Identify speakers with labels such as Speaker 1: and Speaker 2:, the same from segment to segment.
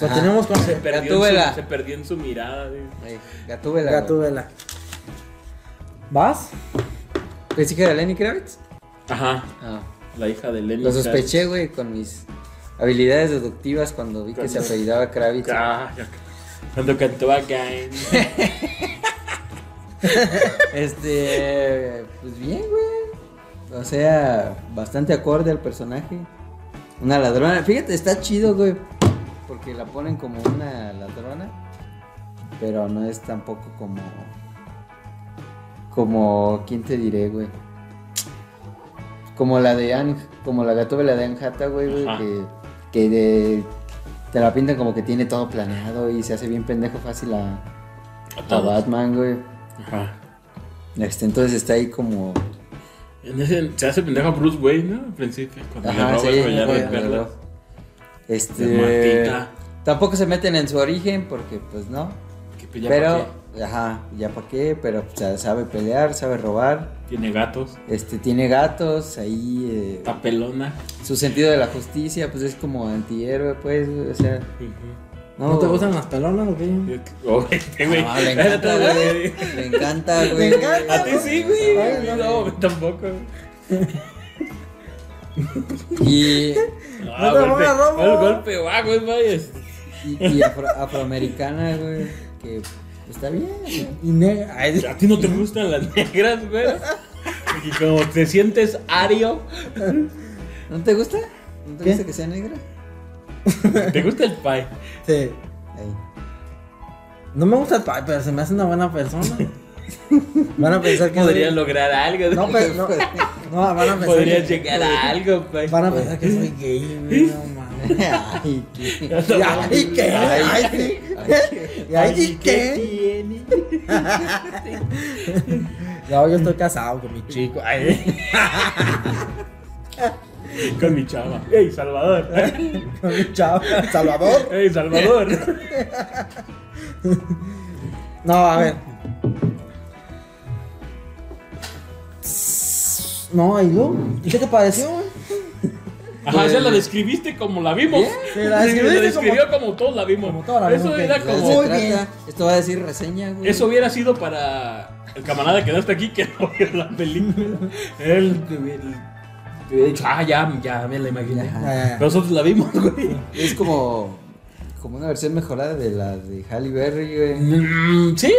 Speaker 1: Lo tenemos con
Speaker 2: Se perdió, en
Speaker 3: Gatúbela.
Speaker 2: su, se perdió en su mirada. güey.
Speaker 3: Ahí, Gatúbela. güey.
Speaker 1: Gatúbela. ¿Vas?
Speaker 3: ¿Tú eres hija de Lenny Kravitz?
Speaker 2: Ajá,
Speaker 3: Ah,
Speaker 2: la hija de Lenny.
Speaker 3: lo sospeché,
Speaker 2: Kravitz.
Speaker 3: güey, con mis habilidades deductivas cuando vi que se apellidaba Kravitz.
Speaker 2: Ah, ya- Cuando cantó Again.
Speaker 3: Este, pues bien, güey. O sea, bastante acorde al personaje. Una ladrona. Fíjate, está chido, güey. Porque la ponen como una ladrona. Pero no es tampoco como... Como... ¿Quién te diré, güey? Como la de Anne... Como la gatúbela de Anne Hathaway, güey.
Speaker 2: Ajá.
Speaker 3: Que, que de- te la pintan como que tiene todo planeado y se hace bien pendejo fácil a, a Batman, güey.
Speaker 2: Ajá.
Speaker 3: Este, entonces está ahí como.
Speaker 2: En ese- se hace pendejo Bruce Wayne, ¿no? Al principio, cuando le roba el collar de
Speaker 3: güey,
Speaker 2: perlas.
Speaker 3: Este.
Speaker 2: De matita.
Speaker 3: Tampoco se meten en su origen porque, pues no.
Speaker 2: Que pilla
Speaker 3: pero,
Speaker 2: pa'
Speaker 3: ajá, ya para qué, pero o sea, sabe pelear, sabe robar.
Speaker 2: qué. Tiene gatos.
Speaker 3: Este, tiene gatos, ahí. eh,
Speaker 2: Está pelona.
Speaker 3: su sentido de la justicia, pues es como antihéroe, pues, o sea. No,
Speaker 1: ¿No, te gustan las pelonas o qué?
Speaker 2: Oh, este, güey.
Speaker 3: No, le encanta, güey. Le encanta, güey.
Speaker 1: encanta,
Speaker 2: A ti sí, güey.
Speaker 1: Ay,
Speaker 2: No,
Speaker 1: no,
Speaker 2: tampoco.
Speaker 3: Y,
Speaker 2: Ah,
Speaker 1: te
Speaker 2: golpe,
Speaker 1: pongas rojo.
Speaker 2: el golpe bajo, es vaya.
Speaker 3: y, y afro- afroamericana, güey. Que pues, está bien, güey.
Speaker 1: Y ne- Ay,
Speaker 2: A ti no te gustan las negras, güey. Y como te sientes ario,
Speaker 3: ¿No te gusta? ¿No te
Speaker 1: ¿Qué?
Speaker 3: gusta que sea negra?
Speaker 2: te gusta el pie.
Speaker 1: sí.
Speaker 3: Ahí.
Speaker 1: No me gusta el pay, pero se me hace una buena persona. Van a pensar que.
Speaker 2: Podrías
Speaker 1: soy...
Speaker 2: lograr algo.
Speaker 1: No, pero no. No, van a pensar.
Speaker 2: Podrías
Speaker 1: que...
Speaker 2: llegar a algo, pie.
Speaker 1: Van a pensar que soy gay, güey. No mames.
Speaker 3: Ay, qué-
Speaker 1: ¿Y ahí qué? Ay, sí. ¿Y ahí qué?
Speaker 2: tiene?
Speaker 1: No, yo estoy casado con mi chico. Ay,
Speaker 2: Con mi chava. ¡Ey, Salvador!
Speaker 1: con mi chavo. Salvador.
Speaker 2: ¡Ey, Salvador!
Speaker 1: No, a ver. No, ahí lo. ¿Y qué te pareció, güey?
Speaker 2: Ajá, ya la describiste como la vimos.
Speaker 1: Sí, la describiste
Speaker 2: La describió como, todos la vimos.
Speaker 1: como todos la
Speaker 2: Eso
Speaker 1: vimos,
Speaker 2: era
Speaker 1: que-
Speaker 3: Se
Speaker 2: como.
Speaker 1: Muy bien.
Speaker 3: trata- Esto va a decir reseña, güey.
Speaker 2: Eso hubiera sido para el camarada que no está aquí que no vio la película. Él te hubiera- te hubiera dicho, ah, ya, ya me la imaginé.
Speaker 3: Ajá.
Speaker 1: Ah,
Speaker 2: Pero Nosotros la vimos, güey.
Speaker 3: es como, como una versión mejorada de la de Halle Berry, güey.
Speaker 2: Mm, ¿Sí?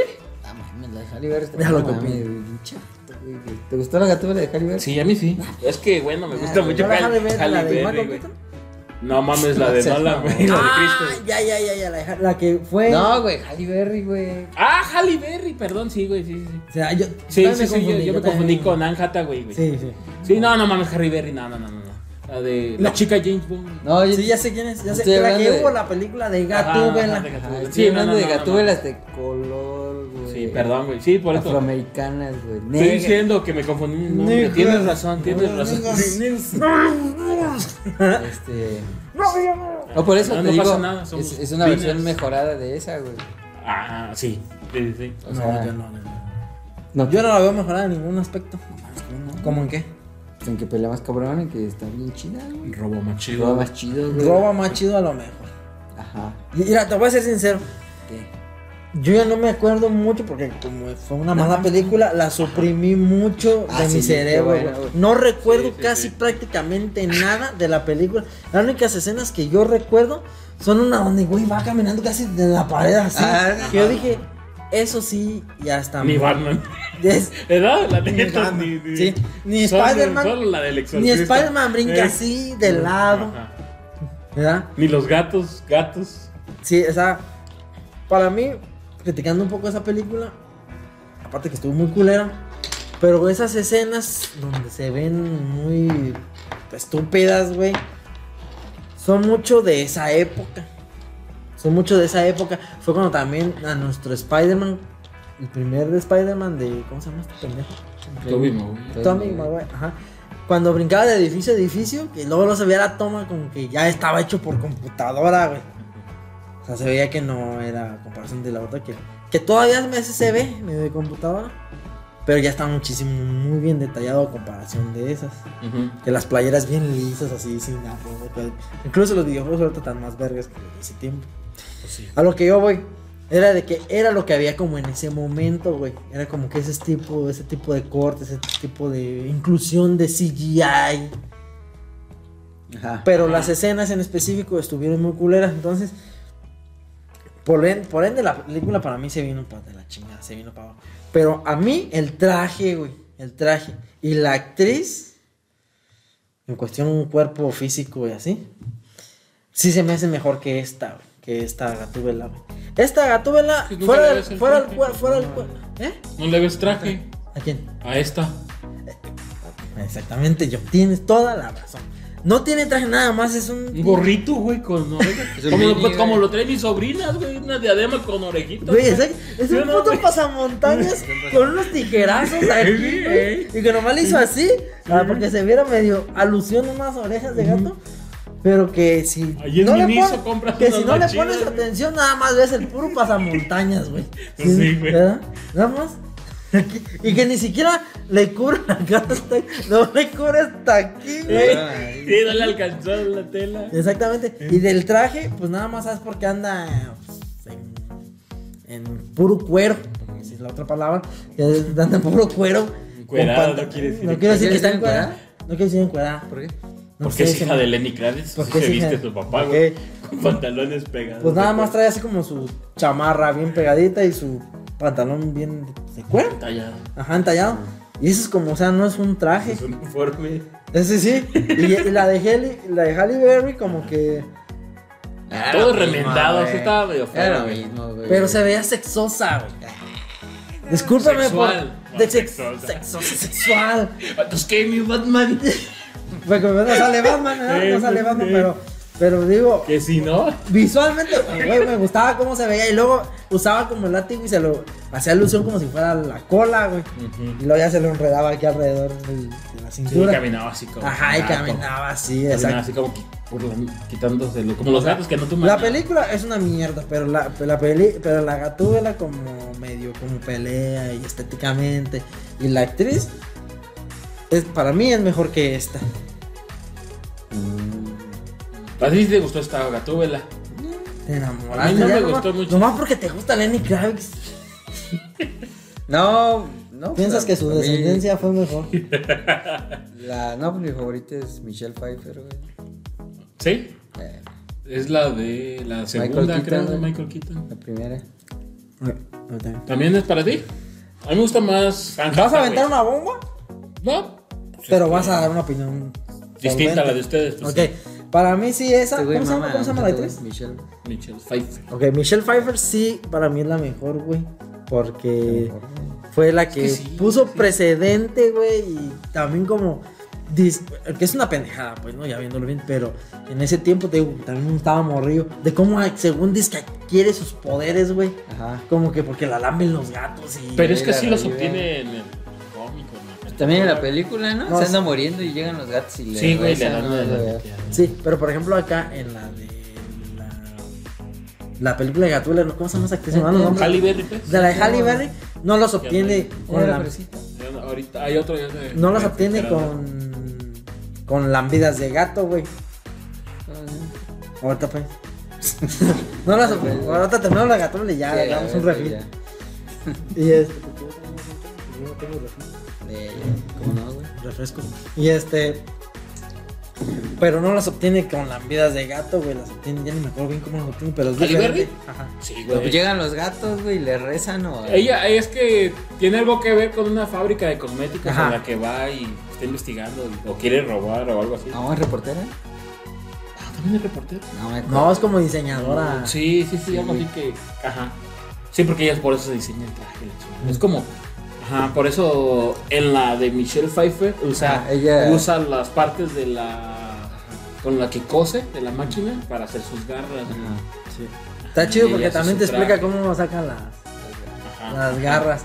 Speaker 3: Ah, mames, la de Halle Berry. está-
Speaker 1: Mira lo que
Speaker 3: mames,
Speaker 1: opino.
Speaker 3: güey, pinche vato, güey, güey. ¿Te gustó la gatúbela de Halle Berry?
Speaker 2: Sí, a mí sí. Es que, bueno, me gusta
Speaker 3: Ah,
Speaker 2: mucho
Speaker 1: ¿no la
Speaker 2: Halle
Speaker 1: Halle Berry, la de
Speaker 2: Berry,
Speaker 1: Michael
Speaker 2: güey.
Speaker 1: Keaton?
Speaker 2: No mames, la de
Speaker 3: No seas
Speaker 2: Nolan, güey.
Speaker 3: mamón.
Speaker 2: La de
Speaker 1: Ah,
Speaker 2: Christopher.
Speaker 1: ya, ya, ya, ya. La, la que fue.
Speaker 3: No, güey, Halle Berry, güey.
Speaker 2: Ah, Halle Berry, perdón, sí, güey, sí, sí, sí.
Speaker 1: O sea, yo.
Speaker 2: Sí,
Speaker 1: también
Speaker 2: sí, sí, yo, yo me confundí
Speaker 1: también.
Speaker 2: con Anne Hathaway, güey.
Speaker 1: Sí, sí.
Speaker 2: Sí, no, no mames, Harry Berry, no, no, no, no. no. La de la chica James Bond.
Speaker 3: No, yo-
Speaker 1: Sí, ya sé quién es. Ya sé.
Speaker 3: Estoy
Speaker 1: La que
Speaker 3: hablando de-
Speaker 1: hubo la película de
Speaker 2: Ajá,
Speaker 1: Gatúbela.
Speaker 2: ajá, de
Speaker 3: Ah,
Speaker 2: Gatúbela.
Speaker 3: estoy
Speaker 2: Sí, no,
Speaker 3: hablando
Speaker 2: no,
Speaker 3: de
Speaker 2: no, no,
Speaker 3: gatúbelas de color, güey.
Speaker 2: Sí, perdón, güey. Sí, por eso.
Speaker 3: Afroamericanas, güey.
Speaker 2: Estoy
Speaker 3: Negras.
Speaker 2: diciendo que me confundí. No,
Speaker 1: Negras.
Speaker 2: hombre, tienes razón, tienes razón.
Speaker 3: Este. No, por eso
Speaker 2: Ah, No,
Speaker 3: te
Speaker 2: no
Speaker 3: digo.
Speaker 2: pasa nada, somos
Speaker 3: es, es una
Speaker 2: finas.
Speaker 3: versión mejorada de esa, güey.
Speaker 2: Ah, sí. Sí, sí, sí.
Speaker 3: O sea,
Speaker 1: no, no.
Speaker 3: no.
Speaker 1: Yo no la veo mejorada en ningún aspecto. ¿Cómo en qué?
Speaker 3: Pues, En que pelea más cabrón, en que está bien chida, güey.
Speaker 2: Robo más
Speaker 3: Roba más chido, güey.
Speaker 1: Roba más chido a lo mejor.
Speaker 3: Ajá.
Speaker 1: Y- Mira, te voy a ser sincero.
Speaker 3: ¿Qué?
Speaker 1: Yo ya no me acuerdo mucho porque como fue una mala película, la suprimí mucho
Speaker 3: Ah,
Speaker 1: de
Speaker 3: sí,
Speaker 1: mi
Speaker 3: qué
Speaker 1: cerebro.
Speaker 3: buena,
Speaker 1: güey.
Speaker 3: güey.
Speaker 1: no recuerdo
Speaker 2: Sí, sí,
Speaker 1: casi
Speaker 2: sí.
Speaker 1: prácticamente nada de la película. Las únicas escenas que yo recuerdo son una donde güey va caminando casi de la pared así.
Speaker 3: Ah,
Speaker 1: que yo dije, eso sí, ya está.
Speaker 2: Ni
Speaker 1: mal.
Speaker 2: Batman.
Speaker 1: Es-
Speaker 2: ¿Verdad? La
Speaker 1: Ni
Speaker 2: neta,
Speaker 1: Batman,
Speaker 2: ni, ni,
Speaker 1: sí. Ni
Speaker 2: solo-
Speaker 1: Spider-Man.
Speaker 2: Solo la del
Speaker 1: ni
Speaker 2: exorcista.
Speaker 1: Spider-Man brinca
Speaker 2: Eh.
Speaker 1: así de lado.
Speaker 2: Ajá.
Speaker 1: ¿Verdad?
Speaker 2: Ni los gatos, gatos.
Speaker 1: Sí, o sea, para mí, criticando un poco esa película, aparte que estuvo muy culera, pero esas escenas donde se ven muy estúpidas, güey, son mucho de esa época. Son mucho de esa época. Fue cuando también a nuestro Spider-Man, el primer de Spider-Man de, ¿cómo se llama este pendejo?
Speaker 2: Tobey Maguire.
Speaker 1: Tommy
Speaker 3: eh,
Speaker 1: Maguire, ajá. Cuando brincaba de edificio a edificio, que luego no se veía la toma como que ya estaba hecho por computadora, güey. O sea, se veía que no era a comparación de la otra que, que todavía me hace se ve medio de computadora. Pero ya está muchísimo, muy bien detallado a comparación de esas. Que las playeras bien lisas, así, sin nada. Incluso los videojuegos ahorita están más vergas que en ese tiempo.
Speaker 2: Pues sí.
Speaker 1: A lo que yo voy. Era de que era lo que había como en ese momento, güey. Era como que ese tipo, ese tipo de cortes, ese tipo de inclusión de CGI.
Speaker 3: Ajá.
Speaker 1: Pero las escenas en específico estuvieron muy culeras. Entonces, por, en- por ende, la película para mí se vino para de la chingada, se vino para abajo. Pero a mí, el traje, güey, el traje. Y la actriz, en cuestión un cuerpo físico y así, sí se me hace mejor que esta, güey, Que esta gatúbela, güey. Esta gatúbela,
Speaker 2: Sí, nunca
Speaker 1: fuera
Speaker 2: le
Speaker 1: del
Speaker 2: ves el
Speaker 1: fuera del
Speaker 2: traje.
Speaker 1: cuer- fuera del cuer- ¿Eh?
Speaker 2: No le ves traje
Speaker 1: ¿A quién?
Speaker 2: a esta.
Speaker 1: Exactamente, yo. Tienes toda la razón. No tiene traje nada más, es un.
Speaker 2: Un gorrito, güey, con
Speaker 3: Es
Speaker 2: orejas.
Speaker 3: un
Speaker 2: como,
Speaker 3: mini, güey.
Speaker 2: lo, como lo traen mis sobrinas, güey, una diadema con orejitas.
Speaker 1: Güey, es, es
Speaker 2: Yo
Speaker 1: un
Speaker 2: no,
Speaker 1: puto
Speaker 2: güey.
Speaker 1: pasamontañas con unos tijerazos aquí, güey. Y que nomás le hizo así, ah, porque se viera medio alusión unas orejas de gato. Pero que si
Speaker 2: Ahí en
Speaker 1: le
Speaker 2: Miniso
Speaker 1: pon-
Speaker 2: compras
Speaker 1: que
Speaker 2: unas
Speaker 1: si no le
Speaker 2: más chidas,
Speaker 1: pones
Speaker 2: güey.
Speaker 1: atención, nada más ves el puro pasamontañas, güey.
Speaker 2: Pues sí, güey.
Speaker 1: ¿Verdad? Nada más. Y que ni siquiera le cubre la cara hasta No le cubre hasta aquí, güey.
Speaker 3: Ay.
Speaker 2: Sí, no le alcanzó la tela.
Speaker 1: Exactamente. Y del traje, pues nada más sabes por qué anda pues, en, en puro cuero. porque Esa es la otra palabra. que Anda en puro cuero.
Speaker 2: Encuerada,
Speaker 1: con pant-
Speaker 2: no quiere decir
Speaker 1: No quiero decir que está
Speaker 3: encuerada.
Speaker 1: encuerada. No quiero decir encuerada.
Speaker 3: ¿Por qué?
Speaker 1: No
Speaker 2: Porque
Speaker 1: sé,
Speaker 2: es
Speaker 1: se
Speaker 2: hija
Speaker 1: me-
Speaker 2: de Lenny Kravitz,
Speaker 1: Porque
Speaker 2: sí
Speaker 1: es
Speaker 2: se
Speaker 1: hija-
Speaker 2: viste su papá, güey.
Speaker 1: Ok.
Speaker 2: Con pantalones pegados.
Speaker 1: Pues nada
Speaker 2: de
Speaker 1: más trae así como su chamarra bien pegadita y su pantalón bien de cuero.
Speaker 2: cuero tallado.
Speaker 1: Ajá, entallado. Y eso es como, o sea, no es un traje.
Speaker 2: Es un uniforme.
Speaker 1: Ese sí. Y, y la de Halle, la de Halle Berry como que...
Speaker 3: Era
Speaker 2: Todo
Speaker 3: lo mismo,
Speaker 2: remendado,
Speaker 3: güey.
Speaker 2: sí estaba medio feo,
Speaker 3: Era lo
Speaker 2: güey.
Speaker 3: mismo, güey.
Speaker 1: Pero se veía sexosa, güey. Discúlpame
Speaker 2: Sexual.
Speaker 1: por. De sex,
Speaker 2: Sexosa.
Speaker 1: sexo- sexual.
Speaker 2: Entonces, ¿qué, mi Batman?
Speaker 1: Porque no sale Batman, ¿verdad? no
Speaker 2: Sí,
Speaker 1: sale
Speaker 2: sí,
Speaker 1: Batman,
Speaker 2: sí.
Speaker 1: pero, pero digo,
Speaker 2: Que si no,
Speaker 1: visualmente, güey, me gustaba cómo se veía. Y luego usaba como el látigo y se lo hacía alusión como si fuera la cola, güey. Y luego ya se lo enredaba aquí alrededor del- de la
Speaker 2: sí,
Speaker 1: cintura.
Speaker 2: caminaba así como.
Speaker 1: Ajá, y
Speaker 2: Ah,
Speaker 1: caminaba así,
Speaker 2: como- caminaba
Speaker 1: exacto.
Speaker 2: así como qui- por la- quitándoselo. Como los gatos que no toman.
Speaker 1: La película es una mierda, pero la, la peli, pero la gatúbela como medio como pelea y estéticamente. Y la actriz es para mí es mejor que esta.
Speaker 2: ¿A ti Ah, te gustó esta gatúbela?
Speaker 1: Te enamoraste.
Speaker 2: A mí no
Speaker 1: ya
Speaker 2: me
Speaker 1: nomás-
Speaker 2: gustó mucho.
Speaker 1: Nomás porque te gusta Lenny Kravitz.
Speaker 3: No, no.
Speaker 1: Piensas
Speaker 3: pues,
Speaker 1: que su
Speaker 3: a mí
Speaker 1: descendencia fue mejor.
Speaker 3: La, no, pues mi favorita es Michelle Pfeiffer, güey.
Speaker 2: Sí.
Speaker 3: Eh,
Speaker 2: Es la de la segunda,
Speaker 3: Keaton,
Speaker 2: creo, de
Speaker 3: ¿no?
Speaker 2: Michael Keaton.
Speaker 3: la primera.
Speaker 2: ¿También es para ti? A mí me gusta más.
Speaker 1: ¿Vas a aventar una bomba?
Speaker 2: No.
Speaker 1: Pero vas a dar una opinión
Speaker 2: Distinta a la de
Speaker 1: solvente.
Speaker 2: ustedes. pues,
Speaker 1: Ok. Para mí sí esa.
Speaker 3: Este güey
Speaker 1: ¿Cómo se llama,
Speaker 3: mama
Speaker 1: ¿Cómo se llama la
Speaker 3: mucho, güey,
Speaker 1: actriz?
Speaker 3: Michelle.
Speaker 2: Michelle Pfeiffer.
Speaker 1: Ok, Michelle Pfeiffer sí, para mí es la mejor, güey. Porque
Speaker 3: Mejor, güey.
Speaker 1: fue la que,
Speaker 2: que sí,
Speaker 1: puso
Speaker 2: sí.
Speaker 1: precedente, güey. Y también como... dis- Que es una pendejada, pues, ¿no? Ya viéndolo bien. Pero en ese tiempo, te digo, también estaba morrido. De cómo, según dice que adquiere sus poderes, güey.
Speaker 3: Ajá.
Speaker 1: Como que porque la lamen los gatos y...
Speaker 2: Pero es
Speaker 3: ahí
Speaker 2: que
Speaker 3: la
Speaker 2: sí los
Speaker 3: reviven.
Speaker 2: obtiene en el cómico, ¿no?
Speaker 3: También en la película, ¿no?
Speaker 1: No,
Speaker 3: se
Speaker 1: sí.
Speaker 3: anda muriendo y llegan los gatos y le.
Speaker 2: Sí, güey, le
Speaker 3: rezan,
Speaker 2: dan
Speaker 3: ¿no?
Speaker 2: la- la-
Speaker 3: Güey.
Speaker 1: Sí, pero por ejemplo acá en la de... La, la película de Gatula, ¿no? ¿cómo se llama esa actriz? No, no, no,
Speaker 2: Eh, Halle Berry, pues.
Speaker 1: De la de Halle Berry, no los obtiene
Speaker 3: Una
Speaker 1: con la...
Speaker 3: fresita.
Speaker 2: Ahorita hay otro. ya de-
Speaker 1: No las
Speaker 2: de-
Speaker 1: obtiene
Speaker 2: de-
Speaker 1: con. con lambidas de gato, güey. Ahorita pues. no las obtiene. Ahorita terminamos la gatón y ya
Speaker 3: Sí,
Speaker 1: le damos
Speaker 3: ya,
Speaker 1: un
Speaker 3: ya,
Speaker 1: refil.
Speaker 3: ya.
Speaker 1: Y este.
Speaker 3: Eh, ¿Cómo no, güey?
Speaker 1: Refresco. Y este. Pero no las obtiene con lambidas de gato, güey. Las obtiene, ya ni me acuerdo bien cómo las obtiene, pero es
Speaker 2: ¿Halle
Speaker 1: diferente.
Speaker 2: Berry?
Speaker 1: Ajá.
Speaker 2: Sí,
Speaker 3: Pero pues
Speaker 2: güey.
Speaker 3: llegan los gatos, güey, y le rezan o.
Speaker 2: Ella es que tiene algo que ver con una fábrica de cosméticos
Speaker 1: Ajá.
Speaker 2: en la que va y está investigando y- o quiere robar o algo así.
Speaker 3: ¿No es reportera?
Speaker 2: Ah, también es reportero.
Speaker 3: No, me
Speaker 1: No, es como diseñadora.
Speaker 2: Oh, Sí, sí, sí,
Speaker 3: Sí,
Speaker 2: algo así
Speaker 3: güey.
Speaker 2: que. Ajá. Sí, porque ellas por eso se diseña el traje. la chingada. Es
Speaker 1: Mm.
Speaker 2: como. Ajá, por eso en la de Michelle Pfeiffer usa,
Speaker 3: Ah, ella-
Speaker 2: usa las partes de la. con la que cose de la máquina para hacer sus garras. güey.
Speaker 3: Ajá.
Speaker 1: Está chido
Speaker 2: Y
Speaker 1: porque
Speaker 2: ella hace
Speaker 1: también te
Speaker 2: su
Speaker 1: explica
Speaker 2: traje.
Speaker 1: cómo sacan las,
Speaker 2: Ajá.
Speaker 1: las garras.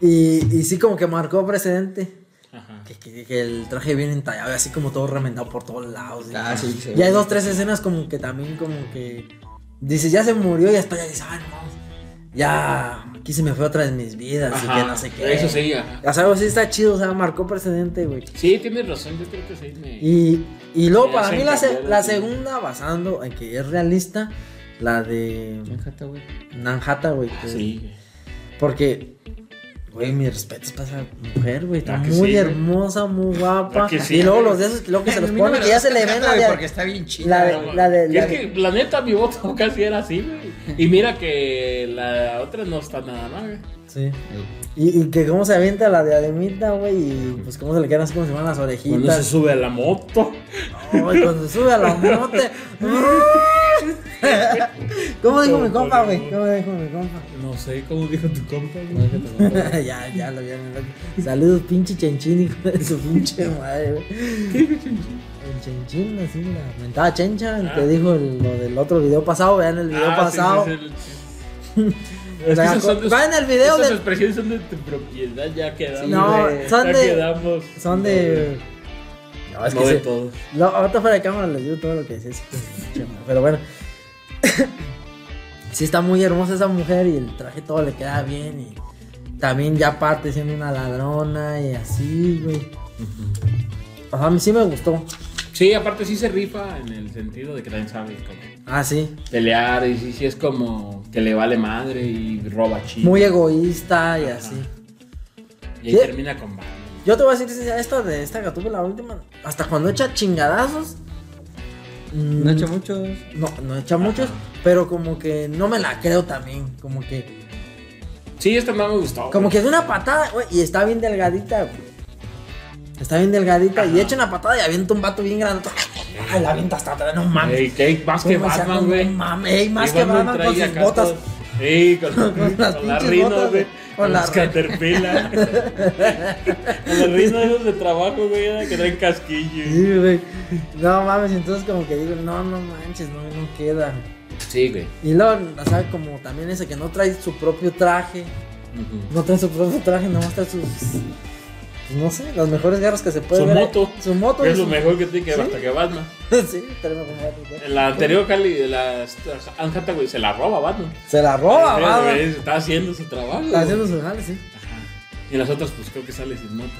Speaker 1: Y, y sí, como que marcó precedente.
Speaker 2: Ajá.
Speaker 1: Que, que- que el traje bien entallado, así como todo remendado por todos lados. ¿sí?
Speaker 3: Ah, sí, sí.
Speaker 1: Y hay dos, tres escenas como que también como que... Dice, ya se murió y hasta ya dice, ay, no. Ya, aquí se me fue otra de mis vidas
Speaker 2: Ajá.
Speaker 1: y que no sé qué.
Speaker 2: Eso sí, ajá.
Speaker 1: O sea, algo así está chido, o sea, marcó precedente, güey.
Speaker 2: Sí, tienes razón, yo creo que sí me.
Speaker 1: Y, y luego
Speaker 2: Sí,
Speaker 1: para
Speaker 2: hacen
Speaker 1: mí la, se-
Speaker 2: cambiar
Speaker 1: la
Speaker 2: así.
Speaker 1: segunda, basando en que es realista, La de
Speaker 3: Manhattan, güey.
Speaker 1: Nanjata, güey. que-
Speaker 2: Sí.
Speaker 1: Porque, güey, mis respetos para esa mujer, güey. Está
Speaker 2: ¿A que
Speaker 1: muy
Speaker 2: sí, güey?
Speaker 1: hermosa, muy guapa.
Speaker 2: ¿A que sí,
Speaker 1: y luego
Speaker 2: güey?
Speaker 1: los de esos que luego que se los
Speaker 3: A mí no
Speaker 1: pone,
Speaker 3: me
Speaker 1: que ya se le ven
Speaker 3: encanta,
Speaker 1: la
Speaker 3: güey,
Speaker 1: de-
Speaker 3: porque está bien chida.
Speaker 1: la de-
Speaker 3: güey.
Speaker 1: de-
Speaker 2: Y
Speaker 1: la
Speaker 2: es
Speaker 1: de-
Speaker 2: que, la neta, mi voto casi era así, güey. Y mira que la otra no está nada mal, güey.
Speaker 1: Sí. Y, y que cómo se avienta la diademita, güey. Y pues cómo se le quedan así como se van las
Speaker 2: Cuando se
Speaker 1: orejitas.
Speaker 2: sube a la moto.
Speaker 1: Ay, cuando se sube a la mote. ¿Cómo dijo mi compa, güey? ¿Cómo dijo mi compa?
Speaker 2: No sé cómo dijo tu compa, güey.
Speaker 1: ya, ya lo vieron. ¿no? Saludos, pinche chanchín, hijo de su pinche madre, güey. El chanchín, así, la mentada chencha, el
Speaker 2: Ah.
Speaker 1: que dijo el- lo del otro video pasado, vean el video
Speaker 2: Ah, sí,
Speaker 1: pasado.
Speaker 2: sí, sí, sí. Es que
Speaker 1: Vean,
Speaker 2: esos son de-
Speaker 1: vean el video
Speaker 2: esas
Speaker 1: de-
Speaker 2: expresiones son de tu propiedad, ya quedamos.
Speaker 3: Sí,
Speaker 1: no,
Speaker 3: güey.
Speaker 1: son
Speaker 2: ya
Speaker 1: de.
Speaker 2: quedamos.
Speaker 1: Son de. No, es
Speaker 2: No
Speaker 1: que
Speaker 2: de
Speaker 1: se-
Speaker 2: todo.
Speaker 1: lo, ahorita fuera de cámara les digo todo lo que decía. ese pinche madre, Pero bueno. sí está muy hermosa esa mujer y el traje todo le queda bien. Y también ya aparte siendo una ladrona y así, güey. Ajá, a mí sí me gustó.
Speaker 2: Sí, aparte sí se rifa en el sentido de que también sabe cómo
Speaker 1: Ah, sí.
Speaker 2: pelear y sí, sí es como que le vale madre y roba chido.
Speaker 1: Muy egoísta y así.
Speaker 2: Y ahí
Speaker 1: ¿Qué?
Speaker 2: termina con Batman.
Speaker 1: Yo te voy a decir, sincera, esta de esta Gatúbela, la última, hasta cuando echa chingadazos. mm,
Speaker 3: No echa muchos.
Speaker 1: No, no echa muchos, pero como que no me la creo también. Como que.
Speaker 2: Sí, esta no me gustó.
Speaker 1: Como
Speaker 2: güey.
Speaker 1: que de una patada, güey, y está bien delgadita, güey. Está bien delgadita, y
Speaker 2: Ajá.
Speaker 1: echa una patada y avienta un vato bien grande. Ay, la avienta hasta atrás, no mames.
Speaker 2: Ey, que más que
Speaker 1: ¿Cómo se
Speaker 2: Batman,
Speaker 1: hace?
Speaker 2: güey.
Speaker 1: No mames, ey, más
Speaker 2: Y
Speaker 1: que
Speaker 2: Batman
Speaker 1: Batman
Speaker 2: trae
Speaker 1: con sus
Speaker 2: acá
Speaker 1: botas.
Speaker 2: todo- Sí, con, con
Speaker 1: las
Speaker 2: las
Speaker 1: pinches
Speaker 2: rinos,
Speaker 1: botas,
Speaker 2: güey.
Speaker 1: güey.
Speaker 2: Con
Speaker 1: Con
Speaker 2: las
Speaker 1: las-
Speaker 2: caterpillas. con las rinos esos de trabajo, güey, que traen casquillo.
Speaker 1: Sí, güey. No mames, entonces como que digo, no, no manches, no, no queda.
Speaker 2: Sí, güey.
Speaker 1: Y luego, ¿sabes? Como también ese que no trae su propio traje. No trae su propio traje, nomás trae sus. pues, No sé, las mejores garras que se pueden
Speaker 2: Su
Speaker 1: ver.
Speaker 2: moto.
Speaker 1: Su moto.
Speaker 2: Es
Speaker 1: y
Speaker 2: lo
Speaker 1: su-
Speaker 2: mejor que tiene que
Speaker 1: Sí.
Speaker 2: hasta que Batman.
Speaker 1: sí, trae mejor moto.
Speaker 2: En la anterior, Cali, la Anne Hathaway se la roba a Batman.
Speaker 1: Se la roba,
Speaker 2: Sí,
Speaker 1: va, va.
Speaker 2: güey, Está haciendo su trabajo.
Speaker 1: Está
Speaker 2: güey.
Speaker 1: haciendo su jale, sí.
Speaker 2: Ajá. Y en las otras, pues creo que sale sin moto.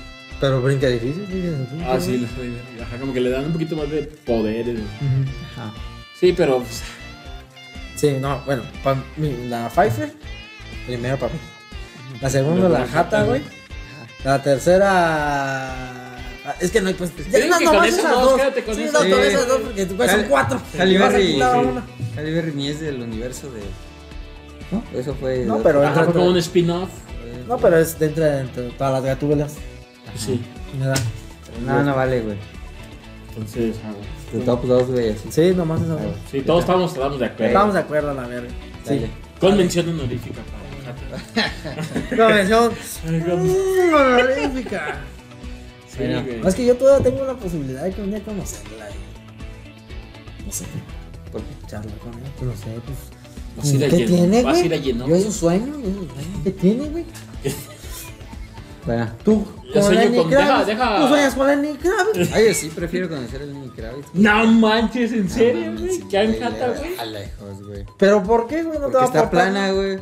Speaker 1: Pero brinca difícil, sí.
Speaker 2: Ah, sí, las doy verga. Ajá, como que le dan un poquito más de poderes. güey.
Speaker 1: Ujú.
Speaker 3: Ajá.
Speaker 2: Sí, pero. pues,
Speaker 1: Sí, no, bueno, pa- mi- la Pfeiffer, primero para mí. La segunda,
Speaker 2: Luego
Speaker 1: la
Speaker 2: la
Speaker 1: Jata, güey. La tercera. ah, Es que no hay pues.
Speaker 2: digo
Speaker 1: no,
Speaker 2: que
Speaker 1: nomás
Speaker 2: con esas dos, quédate con
Speaker 1: sí,
Speaker 2: esas
Speaker 1: no, con
Speaker 3: dos.
Speaker 1: esas dos, porque tú güey, son
Speaker 3: Halle-
Speaker 1: cuatro.
Speaker 3: Halle
Speaker 1: Y vas a
Speaker 3: Berry,
Speaker 1: quitar
Speaker 3: sí.
Speaker 1: una.
Speaker 3: Halle Berry ni es del universo de. ¿No? Eso fue.
Speaker 1: No,
Speaker 3: de-
Speaker 1: pero
Speaker 2: ajá,
Speaker 1: entra-
Speaker 2: fue
Speaker 1: entra-
Speaker 2: como un spin-off.
Speaker 1: No, pero es dentro de entre todas las gatúbelas.
Speaker 2: Sí.
Speaker 1: ¿verdad?
Speaker 3: No, no vale, güey.
Speaker 2: Entonces, ah, güey.
Speaker 3: De top 2, güey, así.
Speaker 1: Sí, nomás esa.
Speaker 3: Ah,
Speaker 2: sí, todos estamos, estamos de acuerdo.
Speaker 1: Estamos de acuerdo a la verga.
Speaker 3: Dale.
Speaker 1: Sí.
Speaker 2: Con mención honorífica para
Speaker 1: Convención
Speaker 2: Manhattan.
Speaker 1: mm, honorífica.
Speaker 2: Sí,
Speaker 3: Bueno,
Speaker 2: güey.
Speaker 1: Es que yo todavía tengo la posibilidad de que un día conocerla. y- No sé,
Speaker 3: ¿Por qué?
Speaker 1: charlar con ella, pues no sé, pues.
Speaker 2: Vas a ir a
Speaker 1: ¿Qué
Speaker 2: Yen-
Speaker 1: tiene,
Speaker 2: vas a ir a
Speaker 1: güey?
Speaker 2: Yenoko.
Speaker 1: Yo es un sueño, es un sueño. ¿Qué tiene, güey?
Speaker 3: Bueno.
Speaker 1: Tú
Speaker 2: Yo
Speaker 1: con
Speaker 2: sueño
Speaker 1: Lenny
Speaker 2: con- deja,
Speaker 1: Kravitz.
Speaker 2: deja.
Speaker 1: Tú sueñas con Lenny Kravitz.
Speaker 3: Ay, yo sí prefiero conocer al Lenny Kravitz.
Speaker 2: No manches, en serio,
Speaker 3: mames,
Speaker 2: güey.
Speaker 3: sí,
Speaker 2: ¿Qué Anne
Speaker 3: güey,
Speaker 2: Hathaway?
Speaker 3: A lejos, güey.
Speaker 1: ¿Pero por qué, güey? No te
Speaker 3: Porque
Speaker 1: va a
Speaker 3: está
Speaker 1: aportar
Speaker 3: plana,
Speaker 1: nada.
Speaker 3: güey.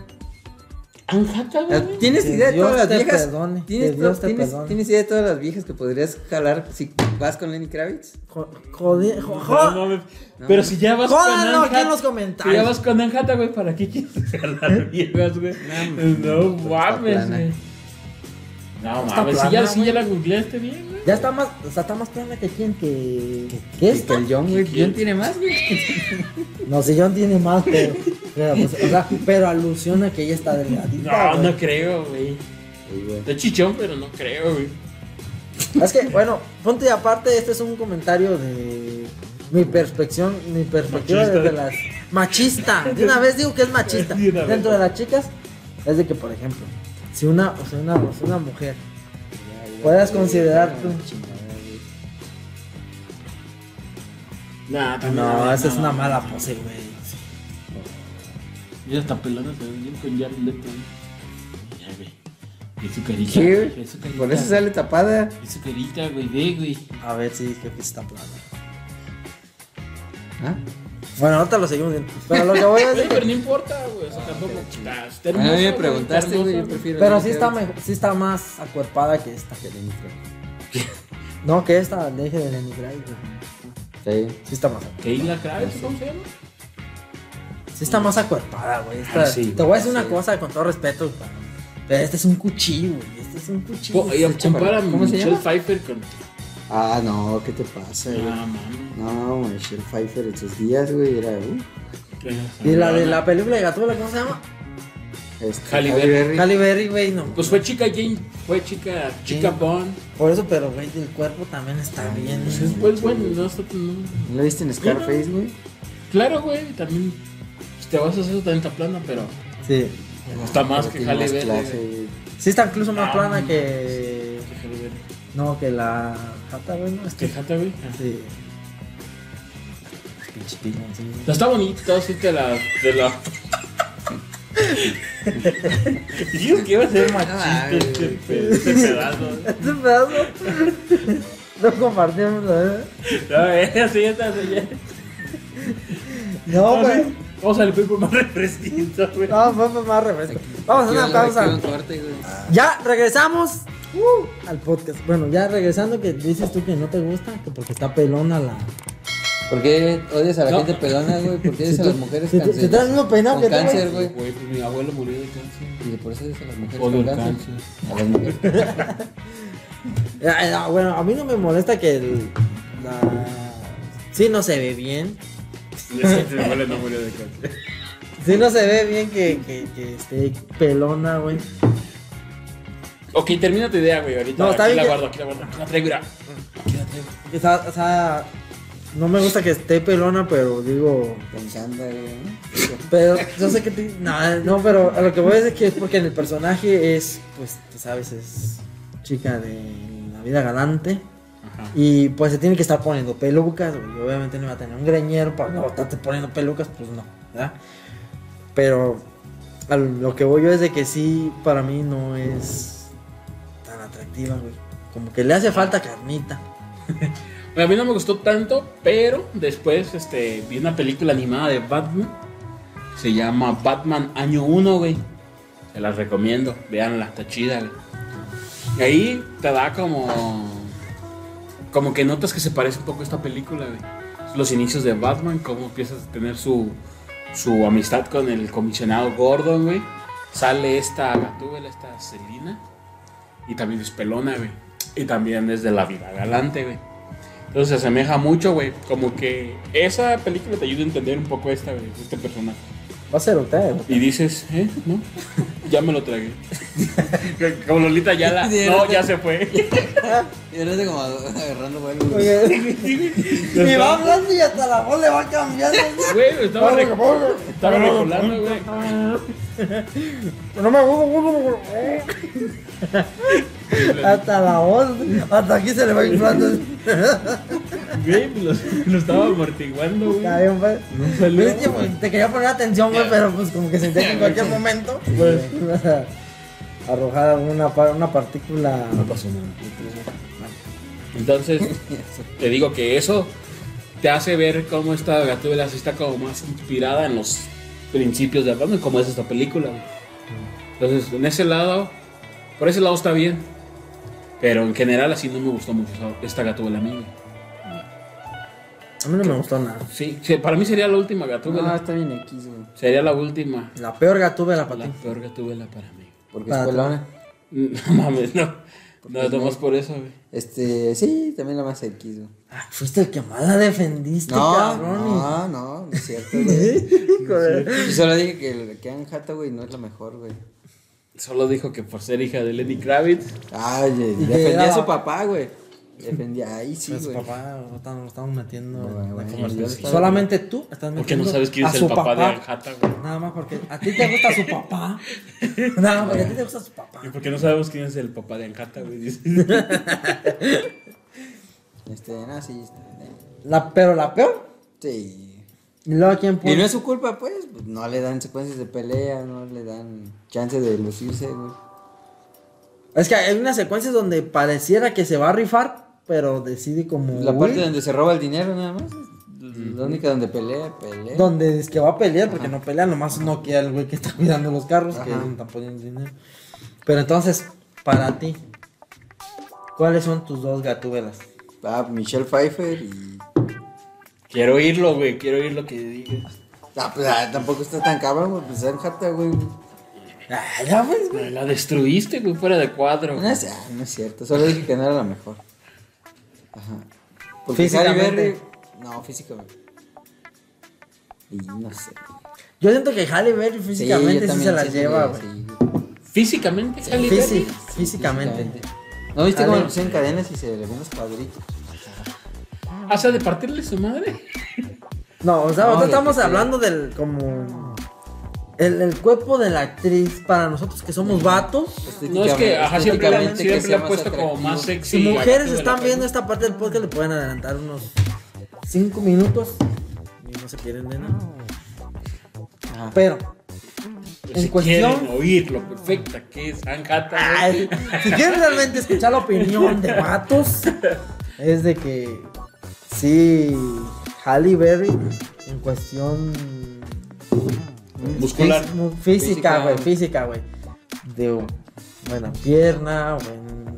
Speaker 2: Anne
Speaker 1: Eh,
Speaker 2: Hathaway, güey.
Speaker 3: Ah, ¿Tienes
Speaker 1: Que
Speaker 3: idea de
Speaker 1: Dios
Speaker 3: todas las
Speaker 1: te
Speaker 3: viejas?
Speaker 1: perdone,
Speaker 3: ¿Tienes,
Speaker 1: que Dios te
Speaker 3: tienes-
Speaker 1: perdone.
Speaker 3: tienes idea de todas las viejas que podrías jalar si vas con Lenny Kravitz?
Speaker 1: Jo- Joder, jo-
Speaker 2: No,
Speaker 1: jo-
Speaker 2: mames. Pero si ya vas
Speaker 1: Jódanlo
Speaker 2: Anne
Speaker 1: aquí en
Speaker 2: Hath-
Speaker 1: los
Speaker 2: Si ya
Speaker 1: comentarios.
Speaker 2: vas con Anne Hathaway, ¿para qué quieres jalar viejas, güey? ¿Eh? No
Speaker 3: pues,
Speaker 2: mames,
Speaker 3: está plana.
Speaker 2: güey. No
Speaker 1: Está
Speaker 2: mames, si ya,
Speaker 1: plana,
Speaker 2: si ya la googleaste bien, güey.
Speaker 1: Ya está más, o sea, está más plana que quién, que. ¿Qué
Speaker 3: Y que el John, güey.
Speaker 2: ¿Quién?
Speaker 3: John tiene más, güey.
Speaker 1: No sé, John tiene más, pero. Pero, pues, o sea, pero alusiona que ella está delgadita.
Speaker 2: No,
Speaker 1: güey.
Speaker 2: no creo, güey. Está chichón, pero no creo, güey.
Speaker 1: Es que, bueno, ponte de aparte, este es un comentario de mi perspección, mi perspectiva
Speaker 2: Machista.
Speaker 1: desde las. Machista. De una vez digo que es machista.
Speaker 2: De una vez.
Speaker 1: Dentro de las chicas, es de que, por ejemplo, si una, o sea, una, o sea, una mujer Puedas considerar tú.
Speaker 2: Nah, también.
Speaker 1: No,
Speaker 2: nah,
Speaker 1: esa es
Speaker 2: nah,
Speaker 1: una
Speaker 2: nah.
Speaker 1: mala pose, güey.
Speaker 2: Ya está pelona se ve bien con Jared Leto. güey. Ya, güey. Y su carita.
Speaker 3: ¿Qué?
Speaker 2: ve su carita.
Speaker 3: Por eso sale tapada.
Speaker 2: Ve su carita, güey. Ve, güey.
Speaker 1: A ver si creo que está plana.
Speaker 3: ¿Ah?
Speaker 1: Bueno, ahorita lo seguimos viendo. Pero lo que voy a
Speaker 2: Güey, Ah,
Speaker 1: decir.
Speaker 2: Pero no importa, güey. O sea, tampoco. Está- está
Speaker 3: Bueno, a mí
Speaker 2: hermosa,
Speaker 3: Ah, me
Speaker 2: güey,
Speaker 3: preguntaste,
Speaker 2: está
Speaker 3: güey. Yo
Speaker 2: hermosa,
Speaker 3: prefiero.
Speaker 1: Pero
Speaker 3: Lenny
Speaker 1: sí está,
Speaker 3: Kravitz
Speaker 1: mejor, sí está más acuerpada que esta.
Speaker 3: que Lenny Kravitz.
Speaker 1: No, que esta, le dije de Lenny Kravitz, güey.
Speaker 3: Está bien.
Speaker 1: Sí está más acuerpada.
Speaker 2: Keila Kravitz, ¿cómo se llama?
Speaker 1: Sí está más acuerpada, güey. Esta-
Speaker 2: Ah, sí,
Speaker 1: te
Speaker 2: güey,
Speaker 1: voy a decir una
Speaker 2: sí.
Speaker 1: cosa con todo respeto, güey. Pero este es un cuchillo, güey. Este es un cuchillo.
Speaker 2: Co- ella
Speaker 3: chaparro.
Speaker 2: Pues, compara a
Speaker 3: ¿Cómo se
Speaker 2: Michelle
Speaker 3: llama?
Speaker 2: Pfeiffer con.
Speaker 3: Ah, no, ¿qué te pasa, güey?
Speaker 2: Ah, mames.
Speaker 3: No, Michelle Pfeiffer en sus días, güey, era. Uh,
Speaker 1: Y la de la película de Gatúbela, ¿cómo se llama?
Speaker 3: este,
Speaker 2: Halle
Speaker 3: Halle
Speaker 2: Berry.
Speaker 3: Berry.
Speaker 1: Halle Berry, güey, no.
Speaker 2: Pues fue chica Jane, fue chica, chica
Speaker 1: Sí.
Speaker 2: Bond.
Speaker 1: Por eso, pero, güey, el cuerpo también está bien.
Speaker 2: Pues es pues, bueno, no está tan- no.
Speaker 3: ¿No la viste en Scarface, güey?
Speaker 2: Claro, güey, también pues, te vas a hacer también tan plana, pero
Speaker 1: Sí.
Speaker 2: está más
Speaker 3: Pero
Speaker 2: que
Speaker 3: tiene
Speaker 2: Halle
Speaker 3: más
Speaker 2: Berry.
Speaker 3: clase,
Speaker 2: güey.
Speaker 3: güey.
Speaker 1: Sí está incluso más
Speaker 2: Ah,
Speaker 1: plana que...
Speaker 2: Que Halle Berry.
Speaker 1: No, que la jata, güey, no. Este-
Speaker 2: Que Hathaway. Ah.
Speaker 1: Sí. Pinche pino, sí.
Speaker 2: No, Está bonita, sí te la. Te la... Digo que iba a ser machista
Speaker 3: Ay,
Speaker 2: este, pe- este pedazo.
Speaker 1: Este pedazo. Lo compartimos, ¿eh?
Speaker 2: No, eh, así está, así ya.
Speaker 1: No, güey.
Speaker 2: Vamos al Pipo más refresquito, güey.
Speaker 1: No, vamos más refresco. Vamos a hacer una
Speaker 3: Aquí va- aquí va
Speaker 1: pausa.
Speaker 3: un corte, güey.
Speaker 1: Ya regresamos uh, al podcast. Bueno, ya regresando que dices tú que no te gusta, que porque está pelona la.
Speaker 3: ¿Por qué odias a la
Speaker 2: No.
Speaker 3: gente pelona, güey? ¿Por qué odias
Speaker 1: Si
Speaker 3: a
Speaker 1: tú-
Speaker 3: las mujeres
Speaker 1: si tú- si
Speaker 3: cancerosas?
Speaker 1: tú eres mismo peinado
Speaker 3: con
Speaker 1: que tú, güey.
Speaker 3: cáncer, güey.
Speaker 2: Güey, pues mi abuelo murió de cáncer.
Speaker 3: Y por eso odias a las mujeres
Speaker 2: Odio
Speaker 3: con
Speaker 2: el
Speaker 3: cáncer.
Speaker 2: cáncer.
Speaker 3: A las mujeres.
Speaker 1: Eh, no, bueno, a mí no me molesta que el. La... Sí, no se ve bien.
Speaker 2: Mi abuelo no murió de cáncer.
Speaker 1: Sí, no se ve bien que, que, que esté pelona, güey.
Speaker 2: Ok, termina tu idea, güey. Ahorita
Speaker 1: No, está
Speaker 2: aquí
Speaker 1: bien
Speaker 2: la
Speaker 1: que-
Speaker 2: guardo, aquí la guardo. Aquí la traigo, mira. Aquí la traigo.
Speaker 1: O sea, o sea, no me gusta que esté pelona, pero digo.
Speaker 3: Pensando, güey.
Speaker 1: Pero yo sé que. ti- No, no, pero a lo que voy a decir que es porque en el personaje es, pues, tú sabes, es chica de la vida galante.
Speaker 2: Ajá.
Speaker 1: Y pues se tiene que estar poniendo pelucas, güey. Obviamente no va a tener un greñero para no estarte poniendo pelucas, pues no, ¿verdad? Pero a lo que voy yo es de que sí, para mí no es tan atractiva, güey. Como que le hace falta carnita.
Speaker 2: A mí no me gustó tanto, pero después este, vi una película animada de Batman. Se llama Batman Año 1, güey. Se las recomiendo, veanla, está chida, güey. Y ahí te da como. Como que notas que se parece un poco a esta película, güey. Los inicios de Batman, cómo empieza a tener su, su amistad con el comisionado Gordon, güey. Sale esta Gatúbela, esta Selina. Y también es pelona, güey. Y también es de la vida galante, güey. Entonces se asemeja mucho, güey. Como que esa película te ayuda a entender un poco esta, güey, este personaje.
Speaker 1: Va a ser usted, güey.
Speaker 2: Y dices, ¿eh? ¿No? ya me lo tragué. Como Lolita ya la... No, ya se fue.
Speaker 3: Y ahora como agarrando vuelo, güey.
Speaker 1: Oye, y va hablando y hasta la voz le va cambiando.
Speaker 2: Güey, estaba, re- estaba regulando, güey.
Speaker 1: No me gusta, hasta la voz, hasta aquí se le va inflando.
Speaker 2: Güey, lo, lo estaba amortiguando, güey.
Speaker 1: Está bien, pues.
Speaker 2: No salió,
Speaker 1: Pues es que, pues, te quería poner atención, güey, pero pues como que sentía que en cualquier momento pues, ibas a arrojar alguna pa- una partícula.
Speaker 2: pasó nada. Entonces, te digo que eso te hace ver cómo esta Gatúbela sí está como más inspirada en los principios de Batman, como es esta película. güey. Entonces, en ese lado, por ese lado está bien. Pero en general así no me gustó mucho esa- esta Gatúbela a mí. güey.
Speaker 1: A mí no me gustó nada.
Speaker 2: Sí, sí, para mí sería la última
Speaker 3: No,
Speaker 2: Gatúbela.
Speaker 3: está bien X, güey.
Speaker 2: Sería la última.
Speaker 1: La peor gatúbela para
Speaker 2: La
Speaker 1: ti.
Speaker 2: peor Gatúbela para mí.
Speaker 3: Porque
Speaker 1: Para
Speaker 3: es
Speaker 1: ti.
Speaker 3: pelona.
Speaker 2: No mames, no. No, nomás por eso, güey.
Speaker 3: Este, sí, también la más X, güey.
Speaker 1: Ah, Fuiste el que más la defendiste,
Speaker 3: No,
Speaker 1: cabrón.
Speaker 3: no, no, no es cierto, güey.
Speaker 1: y- Joder.
Speaker 3: Yo solo dije que, que Anne Hathaway no es la mejor, güey.
Speaker 2: Solo dijo que por ser hija de Lenny Kravitz.
Speaker 3: Ay,
Speaker 1: que
Speaker 3: defendía
Speaker 1: era-
Speaker 3: a su papá, güey. Defendía, ahí sí,
Speaker 1: Pero su
Speaker 3: güey.
Speaker 1: Pues, papá lo estamos, lo estamos metiendo.
Speaker 3: No,
Speaker 1: en la
Speaker 3: güey,
Speaker 1: conversación.
Speaker 3: yo estaba-
Speaker 1: Solamente tú estás metiendo.
Speaker 2: Porque no sabes quién
Speaker 1: a
Speaker 2: es el
Speaker 1: su
Speaker 2: papá, de Anjata, güey.
Speaker 1: Nada más porque a ti te gusta su papá. Nada más porque a ti te gusta su papá.
Speaker 2: Y porque no sabemos quién es el papá de Anjata, güey. Dices,
Speaker 3: Este, no, sí. este,
Speaker 1: La, pero la peor.
Speaker 3: Sí.
Speaker 1: Y luego quién
Speaker 3: Y
Speaker 1: pone.
Speaker 3: no es su culpa, pues. pues, No le dan secuencias de pelea, no le dan chance de lucirse, güey.
Speaker 1: Es que hay unas secuencias donde pareciera que se va a rifar, pero decide como.
Speaker 3: La parte
Speaker 1: huir,
Speaker 3: donde se roba el dinero, nada más. es La única donde pelea, pelea.
Speaker 1: donde es que va a pelear, porque no pelea, nomás no queda el güey que está cuidando los carros, que
Speaker 3: Ajá.
Speaker 1: no está poniendo dinero. Pero entonces, para ti, ¿cuáles son tus dos gatúbelas?
Speaker 3: Ah, Michelle Pfeiffer y.
Speaker 2: quiero oírlo, güey. Quiero oír lo que digas.
Speaker 3: Ah, pues, ah, tampoco está tan cabrón, güey. Pues enjata, güey.
Speaker 1: Ah, ya pues, güey.
Speaker 2: La destruiste, güey, fuera de cuadro.
Speaker 3: No es, ah, no es cierto, solo dije que no era la mejor. Ajá. Porque Halle
Speaker 1: Físicamente.
Speaker 3: Berry- No, físicamente. Y no sé.
Speaker 1: Yo siento que Halle Berry
Speaker 3: Sí,
Speaker 1: físicamente
Speaker 3: yo
Speaker 1: sí,
Speaker 3: también
Speaker 1: se la
Speaker 3: siento
Speaker 1: lleva,
Speaker 3: que
Speaker 1: güey.
Speaker 3: sí,
Speaker 2: Físicamente, Halle
Speaker 1: Físi-
Speaker 2: Berry.
Speaker 1: físicamente.
Speaker 3: ¿No viste cómo
Speaker 1: Ale-
Speaker 3: le pusieron cadenas y se le ven los cuadritos?
Speaker 2: O sea, de partirle su madre.
Speaker 1: No, o sea,
Speaker 3: No,
Speaker 1: ahorita
Speaker 3: de
Speaker 1: estamos
Speaker 3: que sí.
Speaker 1: hablando del como el, el cuerpo de la actriz para nosotros que somos vatos.
Speaker 2: No es que, ajá, siempre, la-
Speaker 3: Estéticamente, que
Speaker 2: siempre le
Speaker 3: sea
Speaker 2: han
Speaker 3: más
Speaker 2: puesto como
Speaker 3: atractivo.
Speaker 2: más sexy.
Speaker 1: Si mujeres
Speaker 2: abajo de la
Speaker 1: están viendo
Speaker 2: película.
Speaker 1: esta parte del podcast le pueden adelantar unos 5 minutos y no se quieren de nada.
Speaker 3: Ajá.
Speaker 1: Pero
Speaker 2: Pues, Si
Speaker 1: en cuestión-
Speaker 2: quieren oír lo perfecta que es Anne Hathaway.
Speaker 1: ay, Ah, si quieren realmente escuchar la opinión de vatos es de que sí Halle Berry en cuestión
Speaker 2: Muscular.
Speaker 1: Fis- mu- Física,
Speaker 3: Física.
Speaker 1: güey, física, güey. De un- buena pierna, buen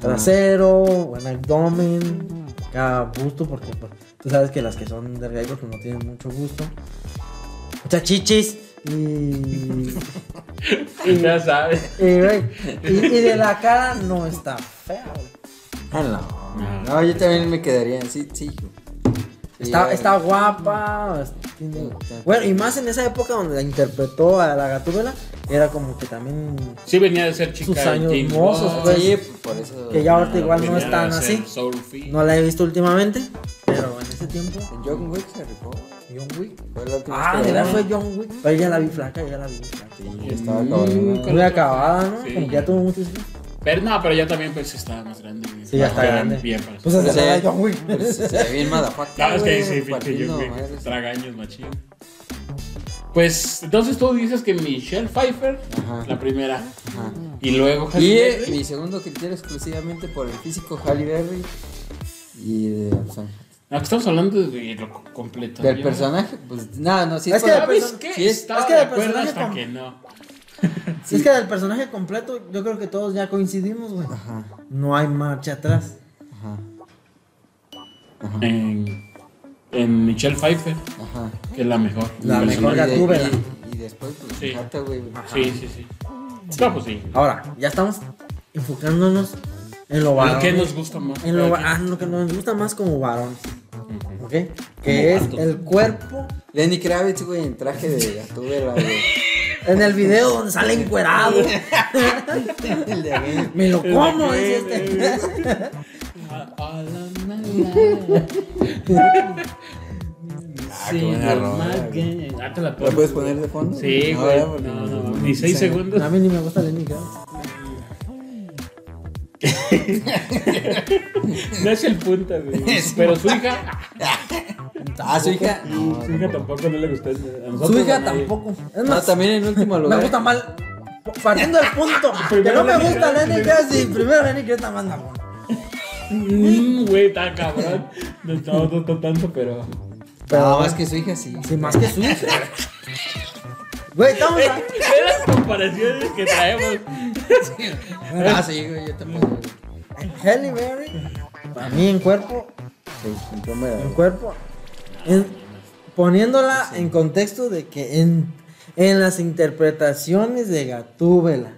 Speaker 1: trasero, buen abdomen, cada gusto, porque pues, tú sabes que las que son de riesgo pues, no tienen mucho gusto. Muchas chichis y. y,
Speaker 2: pues, Ya sabes.
Speaker 1: y, güey, y- y de la cara no está fea, güey.
Speaker 3: Ah,
Speaker 2: No.
Speaker 3: no. No, yo también me quedaría. Sí, sí. hijo. Sí,
Speaker 1: Está,
Speaker 3: eh,
Speaker 1: está guapa. es- tiene- Bueno, y más en esa época donde la interpretó a la gatúbela, era como que también
Speaker 2: Sí venía de ser chica
Speaker 1: Sus
Speaker 2: de
Speaker 1: años
Speaker 2: Teen
Speaker 1: mozos,
Speaker 2: Vogue.
Speaker 1: güey.
Speaker 3: Sí, por eso.
Speaker 1: pues. Que ya ahorita igual no
Speaker 2: Venía
Speaker 1: es tan
Speaker 2: de ser
Speaker 1: así.
Speaker 2: Soul Fit.
Speaker 1: No la he visto últimamente, pero en ese tiempo.
Speaker 3: En John Wick se rifó.
Speaker 1: John Wick.
Speaker 3: Fue la última
Speaker 1: Ah,
Speaker 3: vez
Speaker 1: de
Speaker 3: que la
Speaker 1: verdad
Speaker 3: vi.
Speaker 1: fue John Wick. Pero ya la vi flaca, ya la vi flaca.
Speaker 3: Sí, estaba
Speaker 2: Mm.
Speaker 3: cabrón.
Speaker 1: Muy
Speaker 2: Con la-
Speaker 1: acabada, ¿no?
Speaker 2: Sí.
Speaker 1: Como que ya tuvo muchos hijos.
Speaker 2: Pero no, pero ya también pues estaba más grande. güey.
Speaker 1: Sí, ya está
Speaker 2: Era
Speaker 1: grande.
Speaker 2: Bien, para
Speaker 1: Pues
Speaker 2: su-
Speaker 1: hasta la edad de John
Speaker 3: Pero
Speaker 1: Wick.
Speaker 3: Se Pues, se ve bien motherfucker,
Speaker 2: No, es que
Speaker 3: Ah, güey,
Speaker 2: sí, pinche
Speaker 3: partiendo
Speaker 2: John Wick,
Speaker 3: madres.
Speaker 2: traga años machín. Pues entonces tú dices que Michelle Pfeiffer,
Speaker 3: Ajá.
Speaker 2: la primera.
Speaker 3: Ajá.
Speaker 2: Y luego Halle
Speaker 3: Y eh,
Speaker 2: Berry.
Speaker 3: mi segundo criterio exclusivamente por el físico Halle Berry y de- o sea,
Speaker 2: No, que estamos hablando de lo co- completo.
Speaker 3: del
Speaker 2: Yo-
Speaker 3: personaje, pues nada, no, sí
Speaker 1: Es
Speaker 3: por
Speaker 1: que
Speaker 3: la-
Speaker 2: ¿Sabes
Speaker 1: persona-
Speaker 2: qué?
Speaker 3: sí es-
Speaker 2: Estaba
Speaker 1: es que
Speaker 2: de
Speaker 1: el
Speaker 2: acuerdo
Speaker 1: personaje
Speaker 2: hasta
Speaker 1: con-
Speaker 2: que no.
Speaker 1: Si es que del personaje completo, yo creo que todos ya coincidimos, güey.
Speaker 3: Ajá,
Speaker 1: No hay marcha atrás.
Speaker 3: ajá,
Speaker 2: En, en Michelle Pfeiffer,
Speaker 3: ajá.
Speaker 2: que es la mejor.
Speaker 1: La
Speaker 2: El
Speaker 1: mejor
Speaker 2: personaje.
Speaker 1: la tuve, la-
Speaker 3: y, y después pues
Speaker 2: Sí.
Speaker 3: Jata, güey.
Speaker 2: Sí, sí, sí. No, pues sí.
Speaker 1: Ahora, ya estamos enfocándonos en lo
Speaker 2: ¿Por
Speaker 1: varón.
Speaker 2: qué nos gusta más?
Speaker 1: En lo, va-
Speaker 2: Cada
Speaker 1: ah, lo que nos gusta más como varones,
Speaker 2: quien.
Speaker 1: ¿ok? Que es
Speaker 2: vatos.
Speaker 1: el cuerpo
Speaker 3: Lenny Kravitz, güey, en traje de Gatúbela, güey.
Speaker 1: en el video donde sale encuerado.
Speaker 3: El de Avengers.
Speaker 1: Me lo
Speaker 2: Es
Speaker 1: como,
Speaker 2: de
Speaker 1: dice
Speaker 2: que-
Speaker 1: este.
Speaker 2: A- a la mala.
Speaker 3: Ah,
Speaker 2: Sí,
Speaker 3: qué buena
Speaker 2: la
Speaker 3: rola,
Speaker 2: mala.
Speaker 3: güey.
Speaker 2: Ah, te la
Speaker 3: ¿La
Speaker 2: pongo.
Speaker 3: puedes poner de fondo?
Speaker 2: Sí, güey.
Speaker 3: ya,
Speaker 2: No,
Speaker 3: porque-
Speaker 2: no, no, ni seis segundos.
Speaker 1: A mí ni me gusta Lenny Kravitz.
Speaker 2: No es el punta, güey. Pero su hija.
Speaker 3: Ah, su hija.
Speaker 2: No,
Speaker 3: No,
Speaker 2: su hija tampoco no le gusta. A nosotros,
Speaker 1: Su
Speaker 2: a
Speaker 1: hija
Speaker 2: nadie.
Speaker 1: tampoco. Es
Speaker 3: no,
Speaker 1: más,
Speaker 3: también en último
Speaker 1: me
Speaker 3: lugar.
Speaker 1: gusta mal. Partiendo del punto que no
Speaker 2: Primero
Speaker 1: me
Speaker 2: Lenny
Speaker 1: gusta
Speaker 2: Kravitz,
Speaker 1: Lenny Kravitz y primero Lenny Kravitz está más mamón.
Speaker 2: Mm, Güey, está cabrón. No estaba tanto, tanto, pero.
Speaker 1: Pero
Speaker 3: no, más que su hija, sí.
Speaker 1: Sí, más que su hija. Güey, estamos a-
Speaker 2: Ve las comparaciones que traemos.
Speaker 3: Ah, sí, güey, yo también. güey.
Speaker 1: Halle Berry. A mí en cuerpo,
Speaker 3: Sí, en primera,
Speaker 1: en
Speaker 3: güey.
Speaker 1: cuerpo. en- poniéndola en contexto de que en, en las interpretaciones de Gatúbela,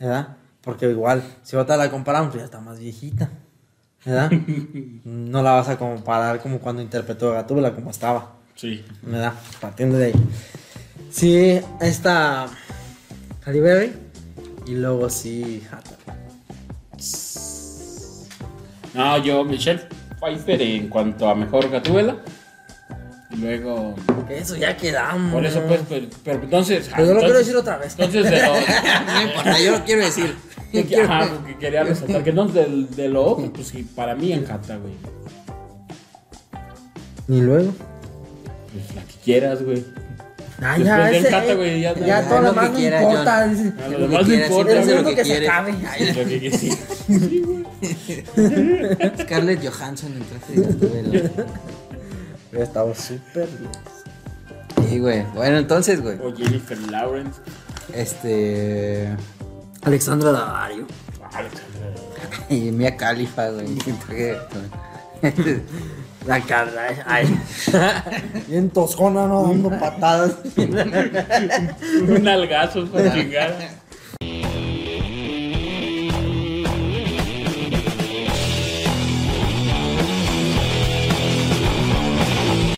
Speaker 1: ¿verdad? Porque igual, si ahorita la comparamos, pues ya está más viejita, ¿verdad? no la vas a comparar como cuando interpretó a Gatúbela, como estaba,
Speaker 2: Sí.
Speaker 1: ¿verdad? Partiendo de ahí. Sí, está Halle Berry y luego sí Hathaway.
Speaker 2: No, yo, Michelle Pfeiffer en cuanto a mejor gatuela. Y luego.
Speaker 1: Que Eso ya quedamos.
Speaker 2: Por eso, pues, pero, pero entonces.
Speaker 1: Mm.
Speaker 2: ah,
Speaker 1: Pero yo lo
Speaker 2: entonces-
Speaker 1: quiero decir otra vez.
Speaker 2: Entonces, de lo.
Speaker 3: No importa, yo lo quiero decir. Yo
Speaker 2: que-
Speaker 3: quiero-
Speaker 2: Ajá, porque quería resaltar que no, de, de lo otro, pues sí, para mí en Cata, güey.
Speaker 1: Y luego.
Speaker 2: Pues la que quieras, güey.
Speaker 1: Ah,
Speaker 2: Después
Speaker 1: ya,
Speaker 2: del
Speaker 1: ese,
Speaker 2: Cata,
Speaker 1: eh,
Speaker 2: güey, ya-
Speaker 1: ya,
Speaker 2: ya,
Speaker 1: todo
Speaker 3: lo
Speaker 1: lo
Speaker 3: que
Speaker 1: demás no
Speaker 3: quiera,
Speaker 1: importa.
Speaker 3: John.
Speaker 1: dice.
Speaker 3: Lo
Speaker 2: A lo
Speaker 3: que
Speaker 2: demás no
Speaker 3: quieras,
Speaker 2: importa,
Speaker 1: Eres
Speaker 3: Hacer
Speaker 1: el
Speaker 2: güey.
Speaker 3: lo
Speaker 1: único
Speaker 3: que
Speaker 1: que se
Speaker 3: quieres.
Speaker 1: cabe.
Speaker 2: Lo que quisi-
Speaker 3: Scarlett Johansson en traje de Gatúbela.
Speaker 1: Hubiera estado súper bien.
Speaker 3: Sí, güey. Bueno, entonces, güey.
Speaker 2: O Jennifer Lawrence.
Speaker 3: Este.
Speaker 1: Alexandra Davario.
Speaker 2: Ah, Alexandra.
Speaker 3: Y Mia Khalifa, güey. en traje de Gatúbela. La caray, ay. Bien toscona, ¿no? Dando patadas.
Speaker 2: Un nalgazo para chingar.